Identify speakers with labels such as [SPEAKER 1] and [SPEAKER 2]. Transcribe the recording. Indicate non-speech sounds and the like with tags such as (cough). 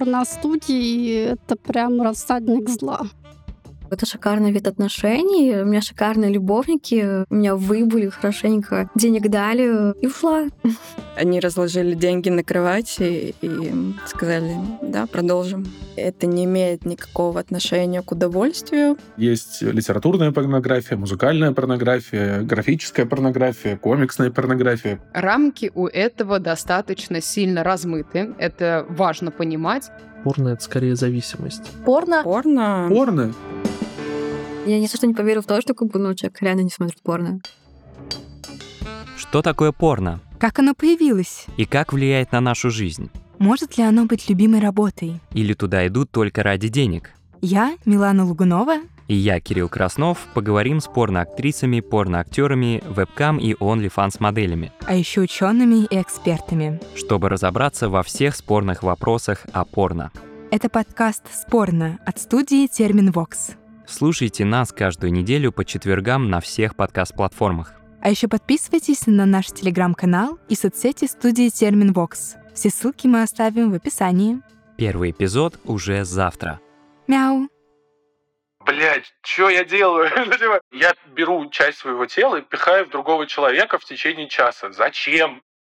[SPEAKER 1] порно-студии это прям рассадник зла.
[SPEAKER 2] Это шикарный вид отношений. У меня шикарные любовники. У меня выбыли хорошенько. Денег дали и ушла.
[SPEAKER 3] Они разложили деньги на кровати и сказали, да, продолжим. Это не имеет никакого отношения к удовольствию.
[SPEAKER 4] Есть литературная порнография, музыкальная порнография, графическая порнография, комиксная порнография.
[SPEAKER 5] Рамки у этого достаточно сильно размыты. Это важно понимать.
[SPEAKER 6] Порно — это скорее зависимость.
[SPEAKER 2] Порно?
[SPEAKER 3] Порно.
[SPEAKER 4] Порно?
[SPEAKER 2] Я ни за что не поверю в то, что как бы, ну, человек реально не смотрит порно.
[SPEAKER 7] Что такое порно?
[SPEAKER 8] Как оно появилось?
[SPEAKER 7] И как влияет на нашу жизнь?
[SPEAKER 8] Может ли оно быть любимой работой?
[SPEAKER 7] Или туда идут только ради денег?
[SPEAKER 8] Я, Милана Лугунова,
[SPEAKER 7] и я, Кирилл Краснов, поговорим с порноактрисами, порноактерами, вебкам и OnlyFans-моделями.
[SPEAKER 8] а еще учеными и экспертами.
[SPEAKER 7] чтобы разобраться во всех спорных вопросах о порно.
[SPEAKER 8] Это подкаст «Спорно» от студии «Термин Вокс».
[SPEAKER 7] Слушайте нас каждую неделю по четвергам на всех подкаст-платформах.
[SPEAKER 8] А еще подписывайтесь на наш телеграм-канал и соцсети студии «Термин Вокс». Все ссылки мы оставим в описании.
[SPEAKER 7] Первый эпизод уже завтра.
[SPEAKER 8] Мяу!
[SPEAKER 4] Блять, что я делаю? (laughs) Ну, типа, Я беру часть своего тела и пихаю в другого человека в течение часа. Зачем?